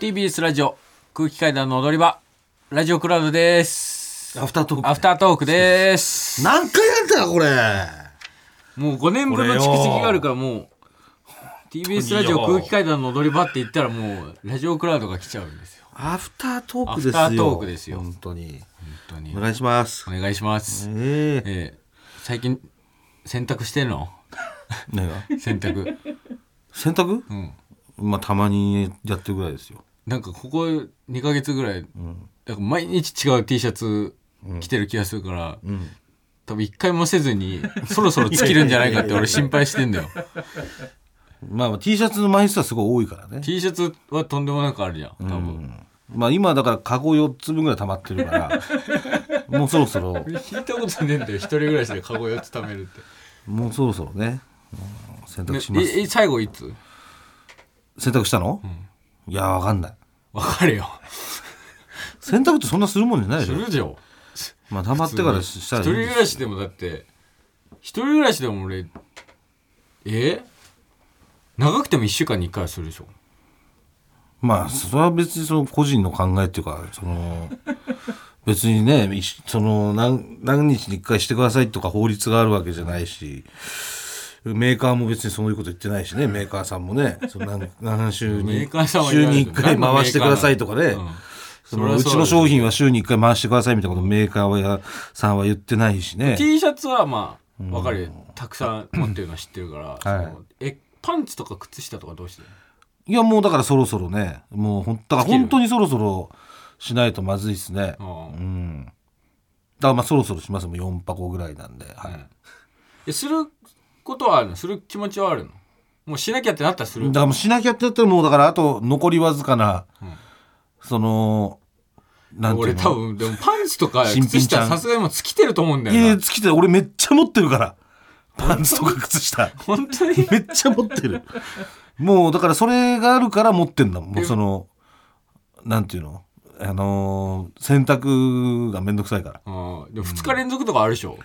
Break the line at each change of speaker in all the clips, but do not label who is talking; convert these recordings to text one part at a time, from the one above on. TBS ラジオ空気階段の踊り場ラジオクラウドです
アフタートーク。
アフタートークです
何回やったこれ。
もう5年分の蓄積があるからもう TBS ラジオ空気階段の踊り場って言ったらもうラジオクラウドが来ちゃうんですよ
アフタートークですよ。
アフタートークですよ
本当に。
本当に
お
お
願いします。
願いします、
ええ。
えー最近洗濯してんの
何が
洗濯
洗濯
うん
まあ、たまにやってるぐらいですよ。
なんかここ2ヶ月ぐらい、なんか毎日違う T シャツ着てる気がするから、多分一回もせずにそろそろ尽きるんじゃないかって俺心配してんだよ
まあ、T シャツの枚数はすごい多いからね。
T シャツはとんでもなくあるじゃん多分、
まあ、今だから、カゴ4つ分ぐらい溜まってる から、もうそろそろ、
聞いたことねえんだよ一人暮らしでカゴ4つ貯めるっ
もうそろそろね、うん洗濯
て、
しま
ね
す。
ええ最後いつ
洗濯したのいや、わかんない。
わかるよ
洗濯ってそんなするもんじゃないですしょ。
るじゃん
まあ、溜まってからした
一
ら
人
いい
暮
んですよ
らしでもだって一人暮らしでも俺え長くても1週間に1回はするでしょ
まあそれは別にその個人の考えっていうかその別にねいしその何何日に1回してくださいとか法律があるわけじゃないしメーカーも別にそういうこと言ってないしねメーカーさんもねその何何週
メー
に
カーさんは言
週
わない
に
け
1
ど
回回してくださいとかね、
うんそ
そ
り
の
ゃ
う
そうだ
ちの商品は週に1回回してくださいみたいなことメーカーはやさんは言ってないしね
T シャツはまあ分かるよたくさん持ってるのは知ってるから、
はい
そのえパンツとか靴下とかどうしてる
いやもうだからそろそろねもうほんだから本当にそろそろしないとまずいですね、
の、
う
うん
ん。だからまあそろそろしますもう4箱ぐらいなんで。はい。
えすることはあるのする気持ちはあるのもうしなきゃってなったらする
だからもうしなきゃってやったらもうだからあと残りわずかな、
うん
その、なんてい
俺
うの
多分でもパンツとか
新
靴
品ちゃ
下
ん
さすがにもう尽きてると思うんだ
いやい
よ
や
な
尽きてる俺めっちゃ持ってるから。パンツとか 靴下。
本当に
めっちゃ持ってる。もうだからそれがあるから持ってんだもん。もうその、なんていうのあのー洗濯がめんどくさいから。
うんでも2日連続とかあるでしょ、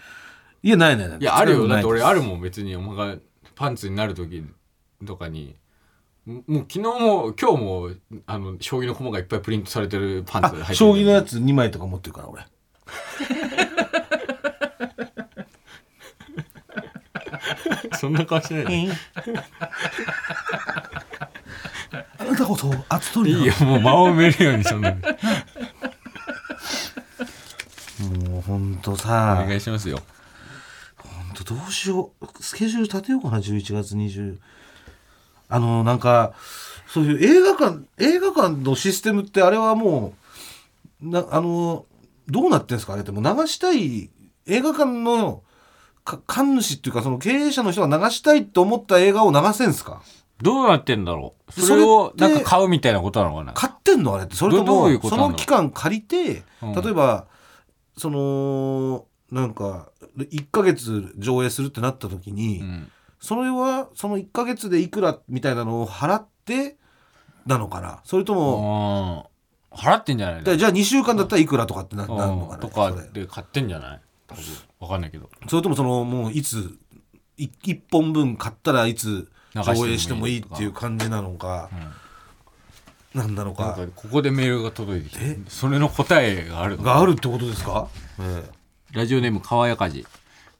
いや、ないないない。
いやあるよだ
な
っ
い
て俺あるもん別にお前がパンツになる時とかにもう昨日も今日もあの将棋の駒がいっぱいプリントされてるパンツ入って
あ
る
将棋のやつ2枚とか持ってるから俺。
そんな顔しないで
あなたこそ厚取
い
り
いよもう間を埋めるようにそんなの
もうほんと
お
さ、
願いしますよ
ほんとどうしよう。スケジュール立てようかな、11月20。あの、なんか、そういう映画館、映画館のシステムってあれはもう、な、あの、どうなってんですかあれってもう流したい、映画館のか神主っていうかその経営者の人が流したいと思った映画を流せんすか
どうなってんだろう
で
それを
それ
な
って
んか買うみたいなことなのかな
買ってんのあれってそれと
どど
も
ういうこと
そ
なの
の期間借りて、
うん
例えばそのなんか1ヶ月上映するってなった時に、
うん
それはその1ヶ月でいくらみたいなのを払ってなのかなそれとも、
あー払ってんじゃないの
でじゃあ2週間だったらいくらとかってな,、なるの
うん
かな
とか
それ
で買ってんじゃないわかんないけど
それともそのもういつ1本分買ったらいつ
流してもいいとか
上映してもいいっていう感じなのか、なんなの
な
か
んかここでメールが届いてきてそれの答えがあるの
があるってことですか、ええ
ラジオネームかわやかじ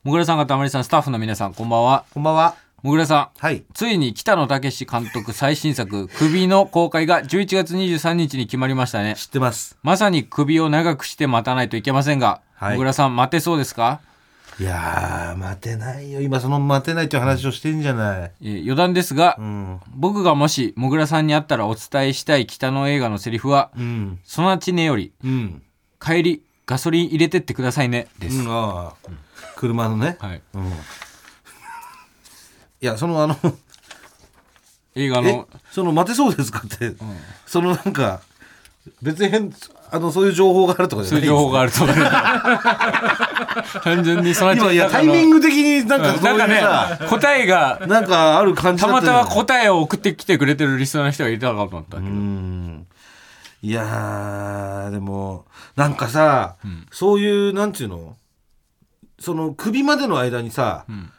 もぐらさんがたまりさんスタッフの皆さんこんばんは
こんばんは
もぐらさん
はい
ついに北野武史監督最新作「首」の公開が11月23日に決まりましたね
知ってます
まさに首を長くして待たないといけませんが、
はい
もぐらさん待てそうですか
いやー、待てないよ。今、その待てないという話をしてんじゃない。
えー余談ですが、
うん。
僕がもしもぐらさんに会ったらお伝えしたい北野映画のセリフは
うん
「。そのちねより
うん。
帰りガソリン入れてってくださいね」です、
うん、ああ、車のね。
はい、
うん。いや、その、あの、
映画
え
の、
その、待てそうですかって、そのなんか、別に変、あの、そういう情報があるとかじゃ
そう
な
う
いいんです
情報があると思う 単純にその
今、いや、タイミン
グ
グ的になんか、そ
な
うんいう
かね
さ、
答えが
なんかある感じ
た
だ
ま
った
た
よ
ま答えを送ってきてくれてるリスナーの人がいたかと思ったけど、
うんいやーでもなんかさ、そういうなんていうのその首までの間にさ、
ん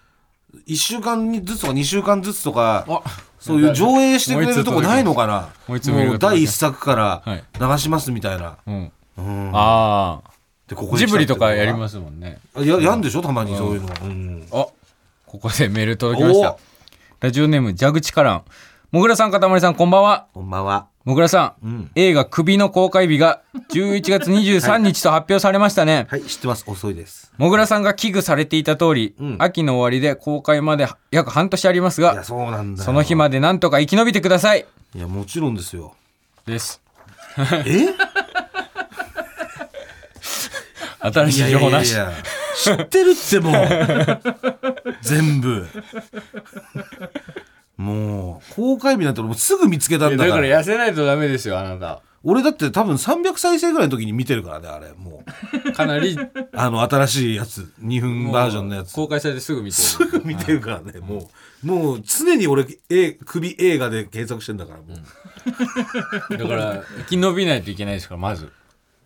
1週間ずつとか2週間ずつとか
あ
そういう上映してくれるとこないのかな
もう一つ見れば
もう第一作から流しますみたいな、
うん、
うん
あ
でこ
あジブリとかやりますすもんね
ややんでしょたまにそういうの、うん
あここでメール届きました
お
ラジオネーム蛇口からんもぐらさんかたまりさんこんばんは
こんばんは
もぐらさん、
うん
映画「首」の公開日が11月23日と発表されましたね、
はい知ってます遅いです
もぐらさんが危惧されていた通り、
うん
秋の終わりで公開まで約半年あります
いや
が
そうなんだよ
その日までなんとか生き延びてください
いやもちろんです よ
です
え
新しい情報なし
いやいやいや知ってるってもう 全部もう公開日なんて俺もうすぐ見つけたんだから
痩せないとダメですよあなた
俺だって多分300再生ぐらいの時に見てるからねあれもう
かなり
あの新しいやつ2分バージョンのやつ
公開されてすぐ見て
すぐ見てるからねもうもう常に俺、え首映画で検索してんだからもう、
るだから生き延びないといけないですからまず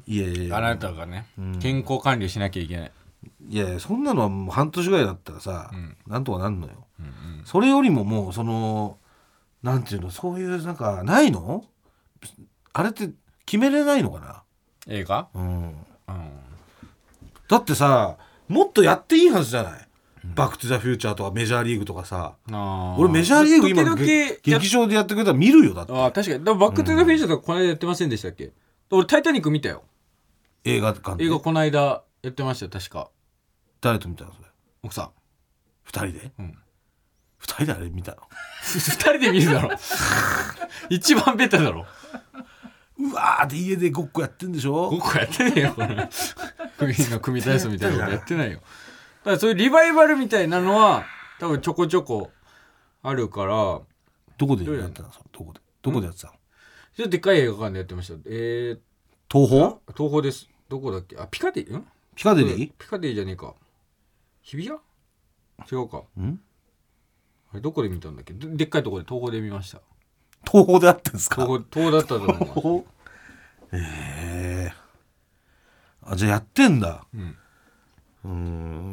いやいやい
あ
や
なたがね、健康管理しなきゃいけない
いやいやそんなのはもう半年ぐらいだったらさ、なんとかなんのよ、それよりももうそのなんていうのそういうなんかないのあれって決めれないのか
映画、
な、うん、
うん、
だってさもっとやっていいはずじゃない、バック・トゥ・ザ・フューチャーとかメジャーリーグとかさ
あ
俺メジャーリーグ今げ
時々
劇場でやってくれたら見るよだって
やあ確かにでもバック・トゥ・ザ・フューチャーとかこの間やってませんでしたっけ、俺「タイタニック」見たよ
映画館で
映画この間やってましたよ確か
誰と見たのそれ
奥さん
二人で、
うん
二人であれ見たの
二人で見るだろ 一番ベタだろ
うわーって家でごっこやってんでしょ
僕やってねえよこれ組の組体操みたいなことやってないよだからそういうリバイバルみたいなのは多分ちょこちょこあるから
どこでやったのそれどこでどこでやってたの
ちょっとでっかい映画館でやってましたえー、
東宝
東宝ですどこだっけあピカディん
ピカデ
うん
リ
ピカディじゃねえか日比谷違うか
ーん
あれどこで見たんだっけででっかいところで東宝で見ました
東宝であったんですか
東宝東宝だったと思います
宝ええあじゃあやってんだ
うん
うー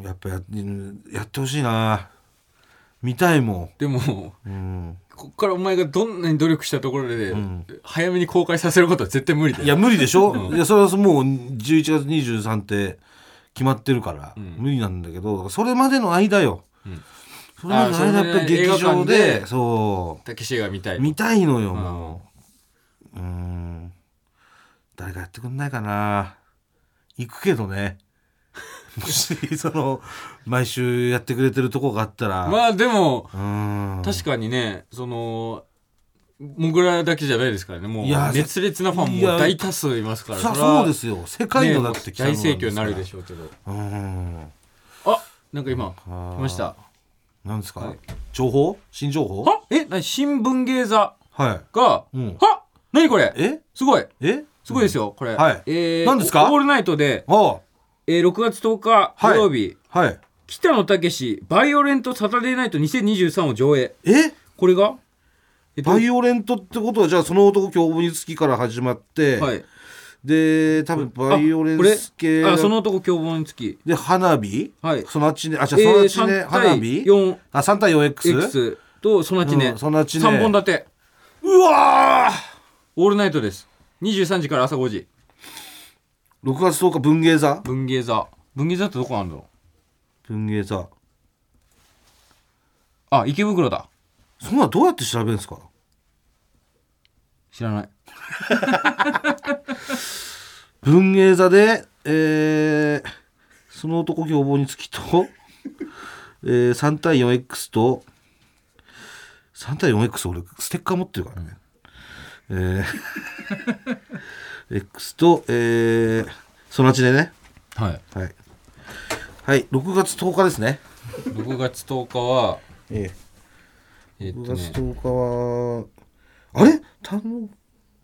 んやっぱやうんやってほしいな見たいも
でも
んうん
こっからお前がどんなに努力したところで、
ん
早めに公開させることは絶対無理だよ
いや無理でしょ、いやそれはもう11月23って決まってるから、
ん
無理なんだけどそれまでの間よ、
ん
それまで
あー
の間
それまで
やっぱり劇場
映画
で
館で
そ
たけしが見たいう
見たいのよもううーん誰かやってくんないかな行くけ どねもしその毎週やってくれてるとこがあったら、
まあでも
うーん
確かにねそのもぐらだけじゃないですからねもう
いや
熱烈なファン
いや
も大多数いますから
さ
れは
そうですよ世界のだって
ね大盛況になるで
ょ
しょうけど
うーん
あなんか今来
ー
ました
なんですか、
はい
情報新情報
はえな新聞芸座
はい
が、
うん
は何これ
え
すごい
え
すごいですよこれ、
はい
えー
何ですか
オールナイトで、
あ
えー、6月10日土曜日、
あはい
北野武バイオレントサタデーナイト2023を上映
え
これが、えっと
バイオレントってことはじゃあその男凶暴につきから始まって、
はい
で多分バイオレ
これ
ンス系
あその男凶暴につき
で花火、
はい
そのあっちねあじ
え
ゃあそのあっ
ー
ちね、
3
花
対
火
4X
あ3対 4X?
とソナチネ,、
うんソナチネ
3本立て
うわ
オールナイトです23時から朝5時
ー6月10日文芸座
文芸座文芸座ってどこあるの
文芸座
あ池袋だ
そんなどうやって調べるんですか
知らない
文芸座で、えーその男凶暴につきと、 えー、3対 4X と、3対 4X 俺ステッカー持ってるからね。えー X と、えー、そのうちでね。
はい
はい。はい、6月10日ですね。
6月10日は
え
えーっ
6
と
月
ね
10日は、あれ単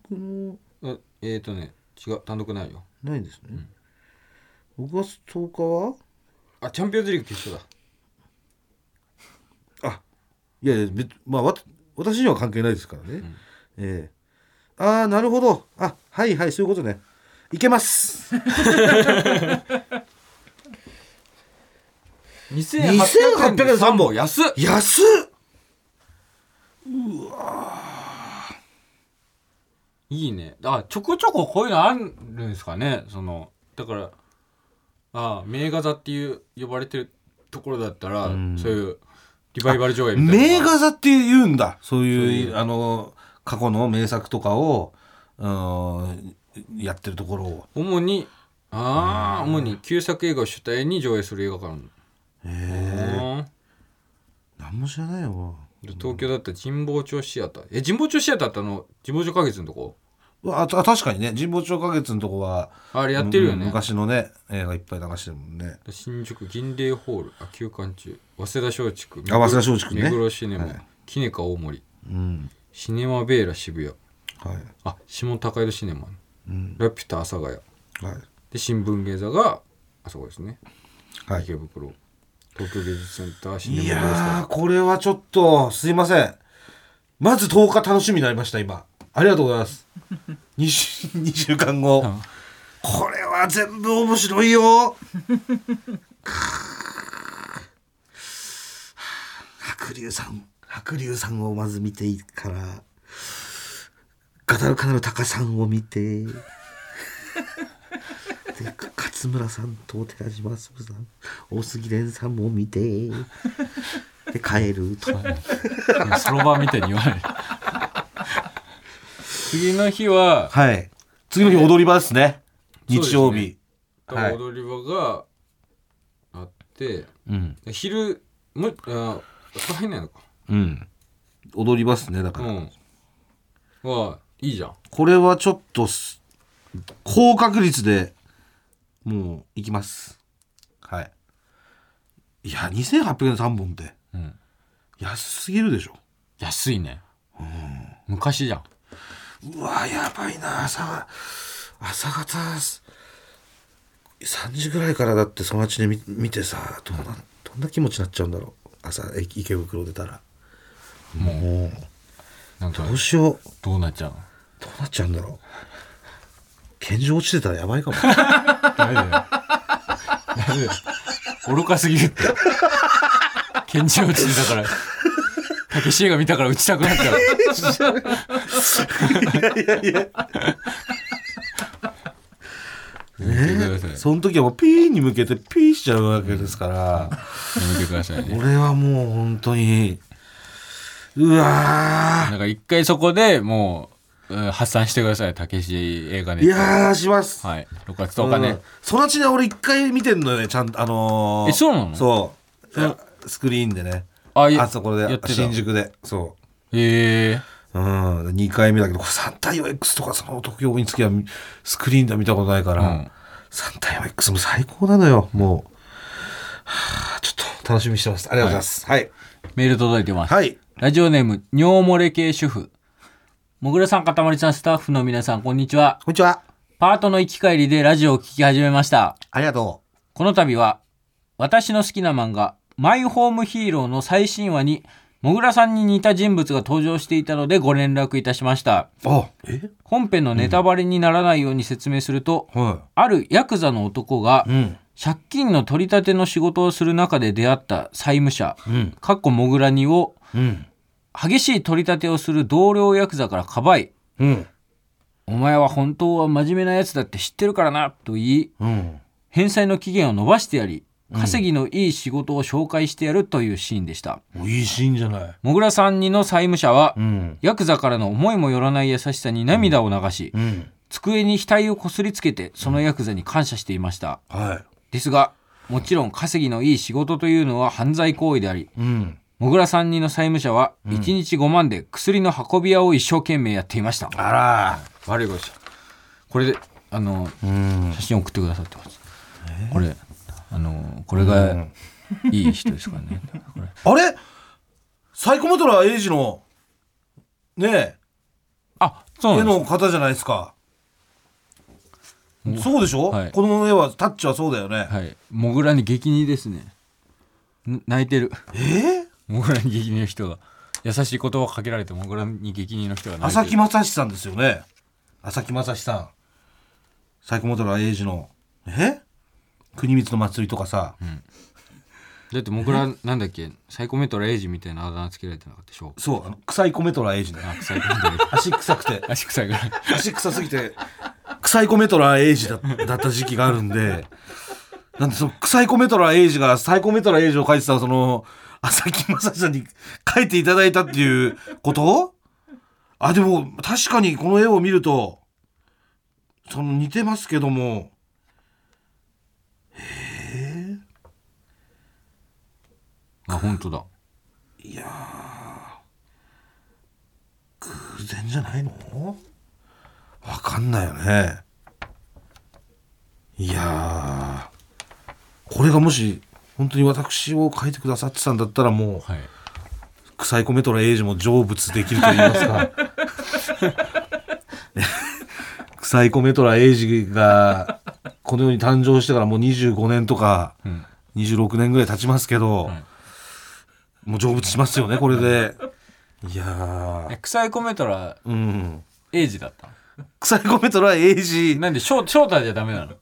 独の、
あえーっとね違う単独ないよ
ないですね。6月10日は
あチャンピオンズリーグ決勝だ
あいやいや別まあわた私には関係ないですからね、ええああなるほどあはいはいそういうことねいけます
2800円で3
2800
本安っ
安っううわ
いいねあちょこちょここういうのあるんですかねそのだからあ名画座っていう呼ばれてるところだったら、
うん
そういうリバイバル上映みたいな
名画座って言うんだそうい
そうい
う
う
あの過去の名作とかを、うん、やってるところを
主にああ主に旧作映画を主体に上映する映画館あ
え
ー
え何も知らないよ
で東京だったら神保町シアターえ神保町シアターってあの神保町花月のとこ
ああ確かにね神保町花月のとこは
あれやってるよ
うん
ね、
昔のね映画いっぱい流してるもんね
新宿銀嶺ホールあ休館中早稲田松竹
あ早稲田松竹ね
目黒シネマ、
はい
キネカ大森
うん
シネマベーラ渋谷
はい
あ下高井戸シネマ
うん
ラピュタ阿佐ヶ谷
はい
で新聞芸座があそこですね、
はい
池袋東京芸術センターシネマ
い
ベース
やー、これはちょっと、すいません。まず10日楽しみになりました、今。ありがとうございます。2, 週2週間後。
うん
これは全部面白いよ。 白龍さん、白龍さんをまず見ていいから、ガタルカナのタカさんを見て、で勝村さんと寺島すさん、大杉蓮さんも見て、で帰ると。
いやそろばんみたいに言わない 次の日は
はい。次の日踊り場ですね。
そうですね
日曜日。はい
踊り場があって、
うん。
昼もあ入んないのか
うん。踊り場ですね、だか
う
ら。
んはいいじゃん
これはちょっとす高確率でもう行きますはいいや2800円3本って
うん
安すぎるでしょ
安いね、昔じゃん
うわやばいな朝が朝方す3時ぐらいからだってそのうちで見見てさどうなんどんな気持ちになっちゃうんだろう朝え池袋出たらもう
なんか
どうしよう
どうなっちゃうの
どうなっちゃうんだろう拳銃落ちてたらやばいかも
ダメだよダメだよ愚かすぎるって拳銃落ちてたから武志映画見たから撃ちたくなっちゃういやいやいややめてくださいや
その時はもうピーに向けてピーしちゃうわけですから、
めてくださいね
俺はもう本当に、うわ
なんか一回そこでもう、うん発散してください、たけし映画
ー
ね。
いやーします。
はい。6月10日
う
ね
ん。そのうちね、俺一回見てんのよね、ちゃんと、あのー
えそうなの
そういやスクリーンでね。
あい
あそこ
や
で
って、た
新宿で。そ
ええ
う。うん、2回目だけど、これ3対 4X とかその東京につきはスクリーンでは見たことないから、
うん
3対 4X も最高なのよ、もう。はあちょっと楽しみにしてます。ありがとうございます。はい。
メール届いてます。
はい。
ラジオネーム、尿漏れ系主婦。もぐらさん、かたまりさん、スタッフの皆さん、こんにちは。
こんにちは。
パートの行き帰りでラジオを聞き始めました。
ありがと
この度は、私の好きな漫画、マイホームヒーローの最新話に、もぐらさんに似た人物が登場していたのでご連絡いたしました。
う。あ、え
本編のネタバレにならないように説明すると、
は
あるヤクザの男が
い。うん。
借金の取り立ての仕事をする中で出会った債務者
うん。
かっこモグラニを
うん。
激しい取り立てをする同僚ヤクザからかばい
うん。
「お前は本当は真面目なやつだって知ってるからな」と言い
うん。
返済の期限を延ばしてやり稼ぎのいい仕事を紹介してやるというシーンでした
いいシーンじゃない。
モグラさんにの債務者は
うん。
ヤクザからの思いもよらない優しさに涙を流し
うん。
机に額をこすりつけてそのヤクザに感謝していました
は
ですがもちろん稼ぎのいい仕事というのは犯罪行為であり
い。うん。
もぐらさんにの債務者は1日5万で薬の運び屋を一生懸命やっていました、
あら。
悪いことしたこれであの
うん。
写真送ってくださってます、これあのこれがいい人ですからね、これ
あれサイコメトラエイジの、ね
あそ
え、
う
絵
なんです
の方じゃないですか。そうでしょ、
はい
この絵は、タッチはそうだよね。
はいもぐらに激似ですねん泣いてる
えー
もぐらに激似の人が優しい言葉をかけられてもぐらに激似の人が泣いてる
浅木正史さんですよね。浅木正史さん。サイコメトラエイジの、え国光の祭りとかさ、
だって僕らなんだっけサイコメトラエイジみたいなあだ名つけられてなかったでしょ
そうあの臭い米トラエイジね
あサイコメト ラエイジ
足臭くて
足臭いから
足臭すぎて臭い米トラエイジだだった時期があるんでなんでその臭い米トラエイジがサイコメトラエイジを書いてたその朝木正史さんに書いていただいたっていうことあでも確かにこの絵を見るとその似てますけども
あ本当だ
いやー偶然じゃないのわかんないよね。いやーこれがもし本当に私を書いてくださってたんだったらもう、
はい
臭い米トラエイジも成仏できると言いますか。 臭い米トラエイジがこの世に誕生してからもう25年とか
うん
26年ぐらい経ちますけど、
はい
もう成仏しますよね、これで。いやー
え臭いコメトラ
うん。
エイジだった
臭い米トラエイジ
のなんでショ翔太じゃダメなの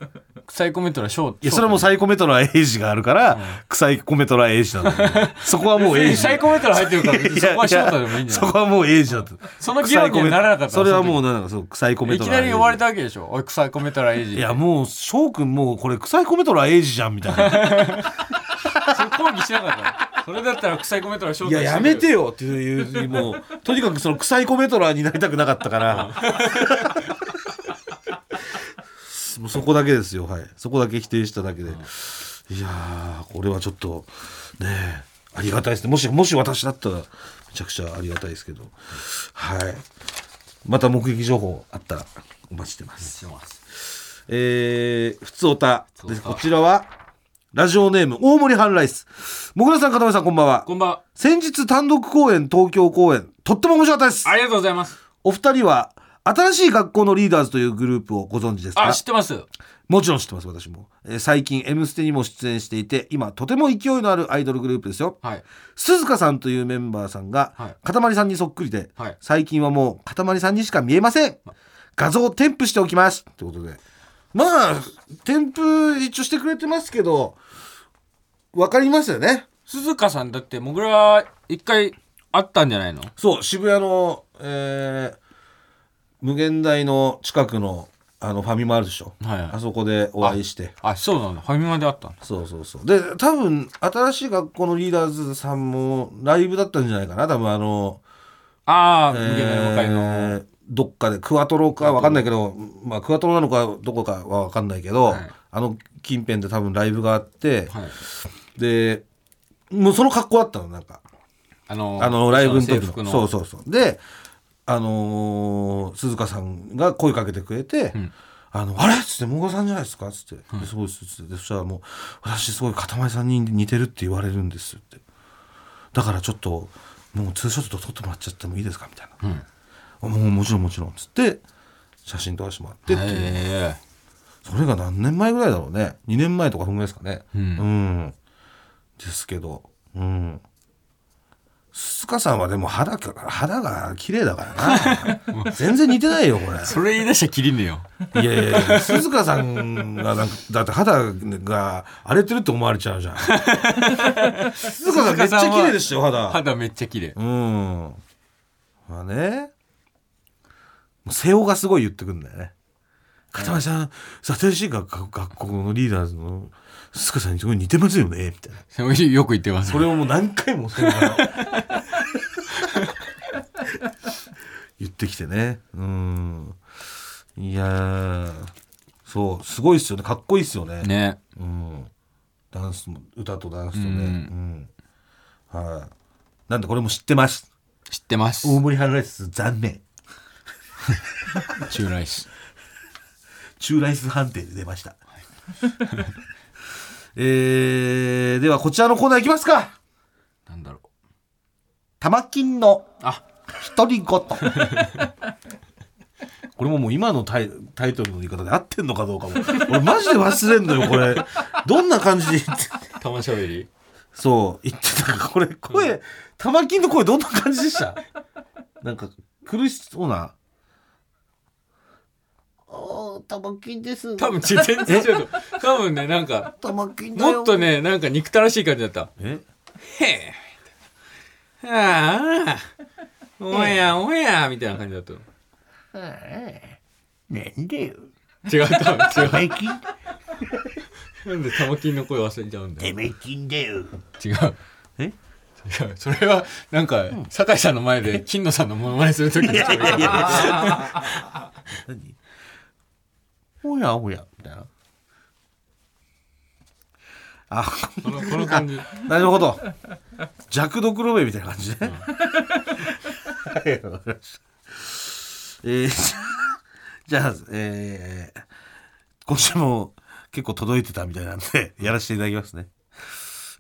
臭いコメトラ翔太
いや、それはもう
サ
サイコメトラエイジがあるから、臭いコメトラエイジなんだよねそこはもうエイジ。
イコメトラ入ってるから別にそこは翔太でもいいんじゃ
そ
ない
こはもうエイジだった。
その議論にはならなかった
それはもう
う
なんかそう、臭いコメ
い
ト
き
ラエ
な
イジ。
り言われたわけでしょおい臭いコメトラエイジ
いや、もう、翔くんもうこれ臭いコメトラエイジじゃん、みたいな。
それ抗議しなかったのそれだったら臭いコメトラ翔
い
太
や、
にし
や
くれ
めてよっていう、も う、とにかくその臭いコメトラになりたくなかったから。もうそこだけですよ、はい。そこだけ否定しただけで。いやー、これはちょっと、ねえありがたいですね。もし、もし私だったら、めちゃくちゃありがたいですけど。はい。また目撃情報あったら、お待ちしてます。
してます
えー、ふつおた
ふつお
で
た
す。こちらは、ラジオネーム、大森ハンライス。もぐらさん、かたまりさん、こんばんは
こ。んばんは
先日単独公演、東京公演、とっても面白かったです。
ありがとうございます
お二人は、新しい学校のリーダーズというグループをご存知ですか
あ知ってます
もちろん知ってます、私も。えー最近、M ステにも出演していて、今、とても勢いのあるアイドルグループですよ。
はい
鈴鹿さんというメンバーさんが、
はい
かたまりさんにそっくりで、
はい
最近はもう、かたまりさんにしか見えません。画像を添付しておきます。ってことで。まあ、添付一応してくれてますけど、わかりますよね。
鈴鹿さんだってもぐら一回会ったんじゃないの
そう、渋谷の、えー無限大の近くの、あの、ファミマあるでしょ。
はいはい
あそこでお会いして。
あそうなのファミマで会ったの
そうそうそう。で、多分、新しい学校のリーダーズさんも、ライブだったんじゃないかな。多分、あの、
ああ、
え
無限大の向かいの、
ーどっかで、クワトロかわかんないけど、まあ、クワトロなのかどこかはわかんないけど、
はい
あの近辺で多分ライブがあって、
はい、
で、もうその格好だったの、なんか。
あの
あのライブの時
制
の
服の
そうそうそうであのー鈴鹿さんが声かけてくれて「
ん
あのあれ?」っつって「もぐらさんじゃないですか?」っつって「すごいです」っつってでそしたらもう「私すごいかたまりさんに似てるって言われるんです」って「だからちょっともうツーショット撮ってもらっちゃってもいいですか?」みたいな「もうもちろんもちろん」っつって写真撮らせてもらってっていう
え
それが何年前ぐらいだろうね2年前とかそんぐらいですかね
うん
んですけどうん鈴鹿さんはでも肌か肌が綺麗だから な全然似てないよこ
それ言い出したらきりねえよ
れいやいやいや鈴鹿さんがなんかだって肌が荒れてるって思われちゃうじゃん 鈴鹿さんめっちゃ綺麗でしたよ肌
肌めっちゃ綺麗
うんまあねもう瀬尾がすごい言ってくんだよね片前さん新しい学学学校のリーダーズのスカさんにすごい似てますよねみたいな
よく言ってます
それをもう何回もそうな言ってきてねうんいやーそうすごいっすよねかっこいいっすよね
ね
うん、ダンスも歌とダンスと
う
ね、
ん
うんはい、なんでこれも知ってます
知ってます
大森ハンライス残念
中来市
中ライス判定で出ました、 えー、ではこちらのコーナーいきますか
なんだろう
玉金の
あ
独り言 これももう今のタイタイトルの言い方で合ってんのかどうかも俺マジで忘れんのよこれどんな感じで言って
玉しゃべり
そう、言ってた。これ、声、玉金の声どんな感じでしたなんか、苦しそうな。あよ玉金です
多分ち全然違うと多分ねなんか
玉金だよ
もっとねなんか憎たらしい感じだった
え
「へえ」ああおやおやみたいな感じだった
なんで
違
よ
う多分違う
玉金
なんで玉金の声忘れちゃうんだよ
め金だよ
違う
えい
違うそれはなんか酒井さんの前で金野さんのモノマネする時に
やいやいや何おやおやみたいなあ
このこの感じ
なるほど弱毒ロベみたいな感じね、はいわかりましたえー じゃあえー今週も結構届いてたみたいなんでやらせていただきますね、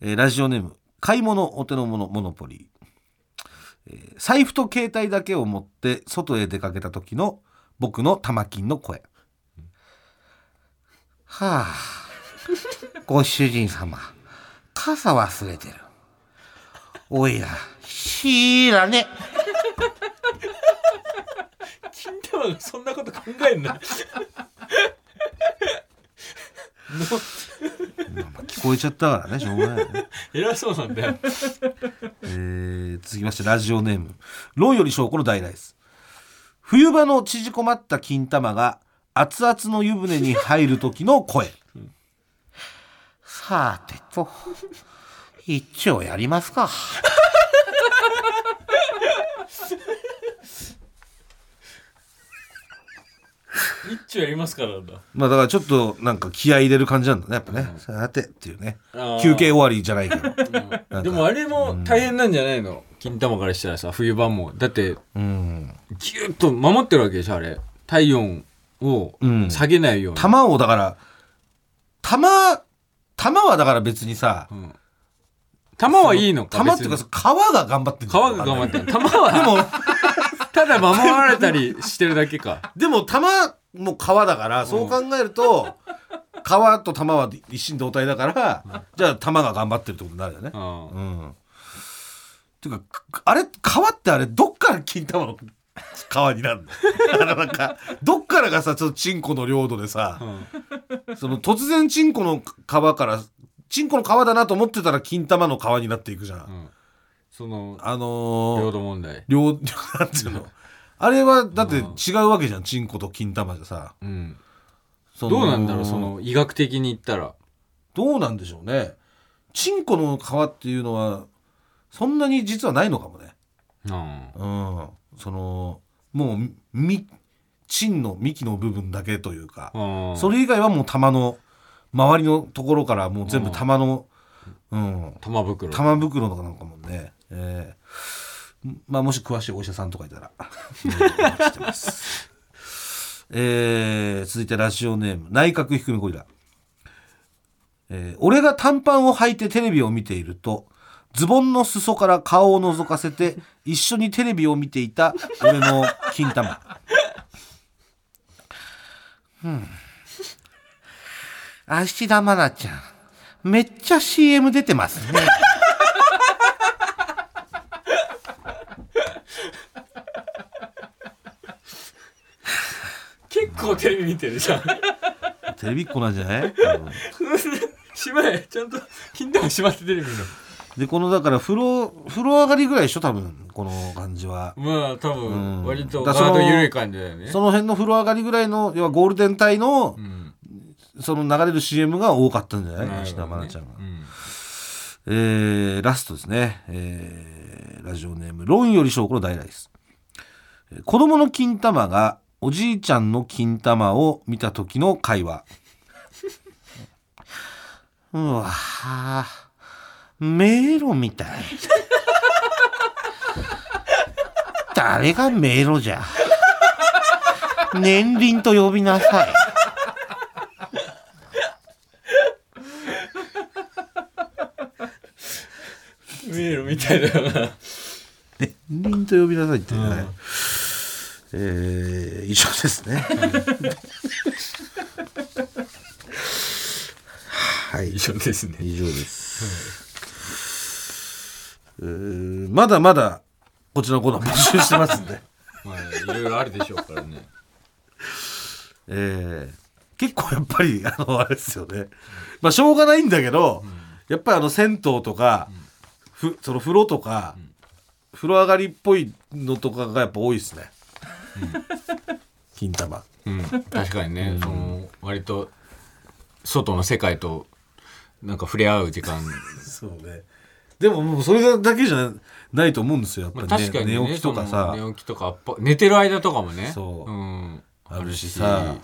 えーラジオネーム買い物お手の物モノポリー、えー財布と携帯だけを持って外へ出かけた時の僕の玉金の声はあご主人様傘忘れてるおいら知らね
金玉がそんなこと考えんな
聞こえちゃったからねしょうがないよ ね、
偉そうなんだよ
えー続きましてラジオネーム論より証拠の大ライス冬場の縮こまった金玉が熱々の湯船に入る時の声さてと一丁やりますか
一丁やりますからだ
まあだからちょっとなんか気合い入れる感じなんだねやっぱねさてっていうね
あー
休憩終わりじゃないけど
でもあれも大変なんじゃないの金玉からしたらさ冬場もだって
うん
ギュッと守ってるわけでしょあれ体温を
うん
下げないように、
玉をだから玉玉はだから別にさ
うん玉はいいのか
玉っていうか
別
さ
に
皮が頑張ってる
皮が頑張ってる玉は
で
ただ守られたりしてるだけ か
もでも玉も皮だからそう考えると皮と玉は一心同体だからじゃあ玉が頑張ってるってことになるよね
うん
うんっていうかくあれ皮ってあれどっから金玉の皮になるの あのなんかどっからがさちょっとチンコの領土でさ、
うん
その突然チンコの皮からチンコの皮だなと思ってたら金玉の皮になっていくじゃん、
うんその
あ
領
のー、
土問題
両なんていうの あれはだって違うわけじゃんチンコと金玉じゃさ
うん
そ
ど
の
うなんだろうその医学的に言ったら
どうなんでしょうねチンコの皮っていうのはそんなに実はないのかもね
うん
うんそのもうみチンの幹の部分だけというか、
うん
それ以外はもう玉の周りのところからもう全部玉のうん
玉袋
玉袋のなんかもね、えーんまあもし詳しいお医者さんとかいたら、うん お待ちしてますえー続いてラジオネーム内閣低めゴリラ、えー俺が短パンを履いてテレビを見ているとズボンの裾から顔を覗かせて一緒にテレビを見ていた俺の金玉うん芦田愛菜ちゃんめっちゃ CM 出てますね
結構テレビ見てるじゃん
テレビっ子なんじゃない、
しまえちゃんと金玉しまってテレビの
でこのだから風呂風呂上がりぐらいでしょ多分この感じは、
まあ多
うん
分割と
だ
ガ
から
ー
その
ド緩い感じだよね
その辺の風呂上がりぐらいの要はゴールデン帯の
うん
その流れる CM が多かったんじゃない
なる
芦
ほ
田
ど
愛菜
ね
ちゃんが、
うん
えーラストですね、えーラジオネーム「論より証拠の大ライス」えー子供の金玉がおじいちゃんの金玉を見た時の会話 うわぁ迷路みたい 誰が迷路じゃ年輪と呼びなさい
迷路みたいだよな
年輪と呼びなさいって、はいえー以上ですね。はい
以、上ですね
以上です。うーまだまだこちらのコーナー募集してますんで、
まあいろいろあるでしょうからね
えー結構やっぱり、あ の、あれですよね。まあ、しょうがないんだけど、やっぱりあの、銭湯とか、ふその風呂とか、風呂上がりっぽいのとかがやっぱ多いですね。金玉。
うん、確かにね、その割と外の世界となんか触れ合う時間、
そうね。でももうそれだけじゃないと思うんですよ。やっぱ
まあ、
り、ね
確かに、ね、
寝起きとかさ
そ。の寝起きとかあっぱ寝てる間とかもね、
そうんあるしさ、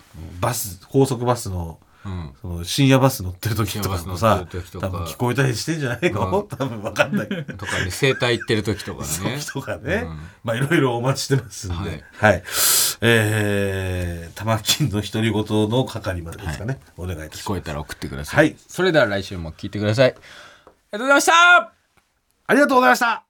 バス、高速バスの、
うん、
その深夜バス乗ってる時とか
深夜
もさ、
バス乗ってる時と
多
か
分聞こえたりしてんじゃないの、多分わかんない。
とか ね整体行ってる時とかね
そうとかね、
うん
まあいろいろお待ちしてますんで、は
はいい。
えー、玉金の独り言の係までですかね、お願いいた
聞
しま
こ
す。
えたら送ってください、
はい。
それでは来週も聞いてくださいありがとうございました
ありがとうございました